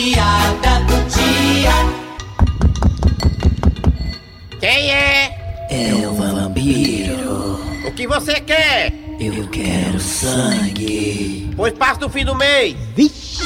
piada do dia. Quem é? Eu, vampiro, O que você quer? eu quero sangue. Pois passa do fim do mês.